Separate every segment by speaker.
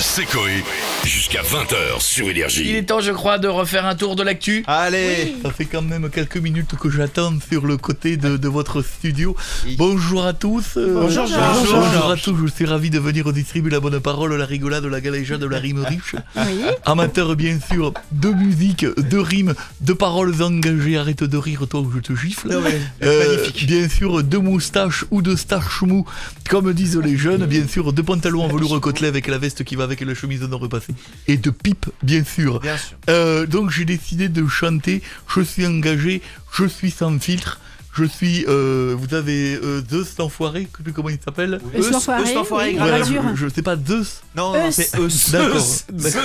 Speaker 1: C'est Coé. Jusqu'à 20h sur
Speaker 2: Il
Speaker 1: Énergie.
Speaker 2: est temps, je crois, de refaire un tour de l'actu.
Speaker 3: Allez Ça fait quand même quelques minutes que j'attends sur le côté de, de votre studio. Bonjour à tous euh,
Speaker 4: Bonjour, Georges.
Speaker 3: Bonjour,
Speaker 4: Bonjour,
Speaker 3: à tous, je suis ravi de venir distribuer la bonne parole, la rigolade, la galéja de la rime riche.
Speaker 4: Oui.
Speaker 3: Amateur bien sûr de musique, de rimes, de paroles engagées, arrête de rire toi ou je te gifle. Euh, Bien sûr de moustache ou de stache mou, comme disent les jeunes, bien sûr de pantalon en velours côtelé avec la veste qui va avec la chemise non repassée, et de pipe bien sûr.
Speaker 4: Bien sûr.
Speaker 3: Euh, donc j'ai décidé de chanter, je suis engagé, je suis sans filtre, je suis... euh, vous avez euh, Zeus l'enfoiré, je sais plus comment il s'appelle
Speaker 4: Eus, Eus,
Speaker 5: l'enfoiré,
Speaker 4: Eus, l'enfoiré,
Speaker 5: oui.
Speaker 4: Graveur.
Speaker 3: Voilà,
Speaker 5: Gravadure.
Speaker 3: je, je sais pas Zeus.
Speaker 4: Non, non,
Speaker 5: Eus.
Speaker 4: c'est eux.
Speaker 3: D'accord.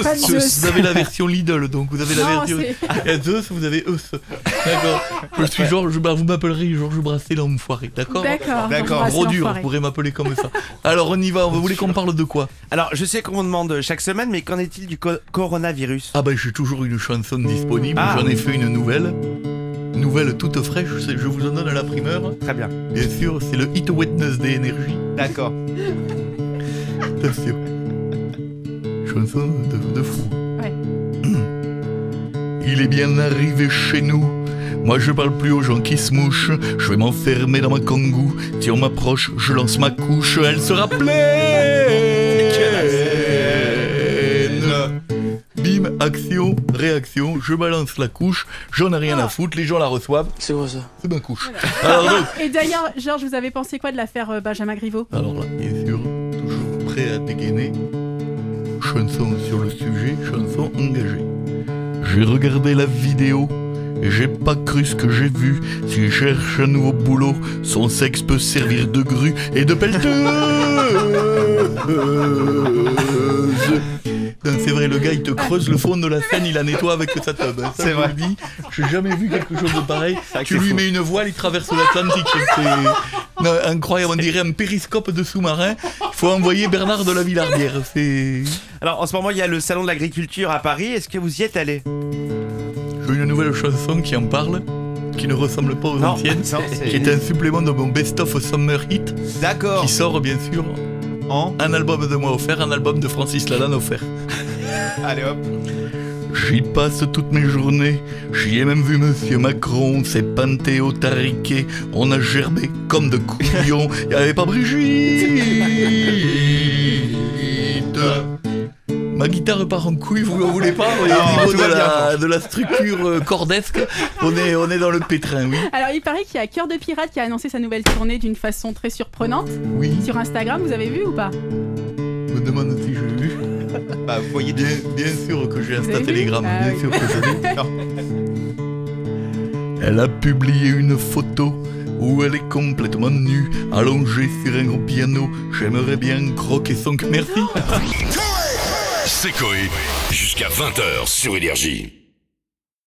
Speaker 5: Pas de Zeus.
Speaker 3: Vous avez la version Lidl, donc vous avez la
Speaker 5: Non,
Speaker 3: version...
Speaker 5: c'est-
Speaker 3: Il y a Zeus, vous avez Eus. D'accord. Je suis Georges, bah, vous m'appellerez Georges Brassé l'enfoiré, d'accord
Speaker 5: D'accord. Ah,
Speaker 4: D'accord.
Speaker 5: Brasse
Speaker 3: Gros dur,
Speaker 5: l'enfoiré.
Speaker 3: vous pourrez m'appeler comme ça. Alors on y va, vous voulez qu'on parle de quoi
Speaker 4: Alors, je sais qu'on demande chaque semaine, mais qu'en est-il du co- coronavirus
Speaker 3: Ah ben j'ai toujours une chanson disponible,
Speaker 4: Ah.
Speaker 3: j'en ai fait une nouvelle. Nouvelle toute fraîche, c'est- je vous en donne la primeur.
Speaker 4: Très bien.
Speaker 3: Bien sûr, c'est le Hit Witness des énergies.
Speaker 4: D'accord.
Speaker 3: Attention. Chanson de, de fou.
Speaker 5: Ouais.
Speaker 3: Il est bien arrivé chez nous. Moi je parle plus aux gens qui se mouchent. Je vais m'enfermer dans ma kangou. Si on m'approche, je lance ma couche. Elle sera pleine. Bim, action, réaction. Je balance la couche. J'en ai rien à foutre. Les gens la reçoivent. C'est quoi ça C'est ma couche. Alors donc,
Speaker 5: Et d'ailleurs, Georges, vous avez pensé quoi de l'affaire euh, Benjamin Griveaux
Speaker 3: alors là, bien sûr, toujours prêt à dégainer. Chanson sur le sujet, chanson engagée. J'ai regardé la vidéo, et j'ai pas cru ce que j'ai vu. S'il cherche un nouveau boulot, son sexe peut servir de grue et de pelleteuse. Non, c'est vrai, le gars, il te creuse le fond de la scène, il la nettoie avec sa tub. Ça,
Speaker 4: C'est
Speaker 3: je
Speaker 4: vrai.
Speaker 3: vous le dis, j'ai jamais vu quelque chose de pareil.
Speaker 4: vrai que
Speaker 3: Tu
Speaker 4: c'est
Speaker 3: lui
Speaker 4: fou.
Speaker 3: mets une voile, il traverse l'Atlantique. C'est non, incroyable, on dirait un périscope de sous-marin. Il faut envoyer Bernard de la Villardière. C'est...
Speaker 4: Alors, en ce moment, il y a le salon de l'agriculture à Paris. Est-ce que vous y êtes allé
Speaker 3: J'ai une nouvelle chanson qui en parle, qui ne ressemble pas aux anciennes,
Speaker 4: Non,
Speaker 3: qui est un supplément de mon best-of summer hit,
Speaker 4: D'accord.
Speaker 3: qui sort bien sûr
Speaker 4: En.
Speaker 3: un album de moi offert, un album de Francis Lalanne offert.
Speaker 4: Allez hop.
Speaker 3: J'y passe toutes mes journées, j'y ai même vu Monsieur Macron, ses panthéos tariqués, on a gerbé comme de couillons, y avait pas Brigitte Ma guitare part en couille, vous en voulez pas Au
Speaker 4: Non,
Speaker 3: niveau
Speaker 4: Ah, tout
Speaker 3: de
Speaker 4: va bien,
Speaker 3: la, de la structure euh, cordesque, on est, on est dans le pétrin, oui.
Speaker 5: Alors, il paraît qu'il y a Cœur de Pirate qui a annoncé sa nouvelle tournée d'une façon très surprenante.
Speaker 3: Oui,
Speaker 5: Sur Instagram, vous avez vu ou pas
Speaker 3: je me demande si j'ai vu.
Speaker 4: Bah, vous voyez
Speaker 3: Bien, bien sûr que j'ai
Speaker 5: Vous
Speaker 3: Insta
Speaker 5: avez vu
Speaker 3: Telegram,
Speaker 5: Ah
Speaker 3: bien
Speaker 5: oui.
Speaker 3: sûr que je l'ai. Elle a publié une photo où elle est complètement nue, allongée sur un gros piano. J'aimerais bien croquer son... Merci
Speaker 1: C'est Coé. Jusqu'à 20h sur Énergie.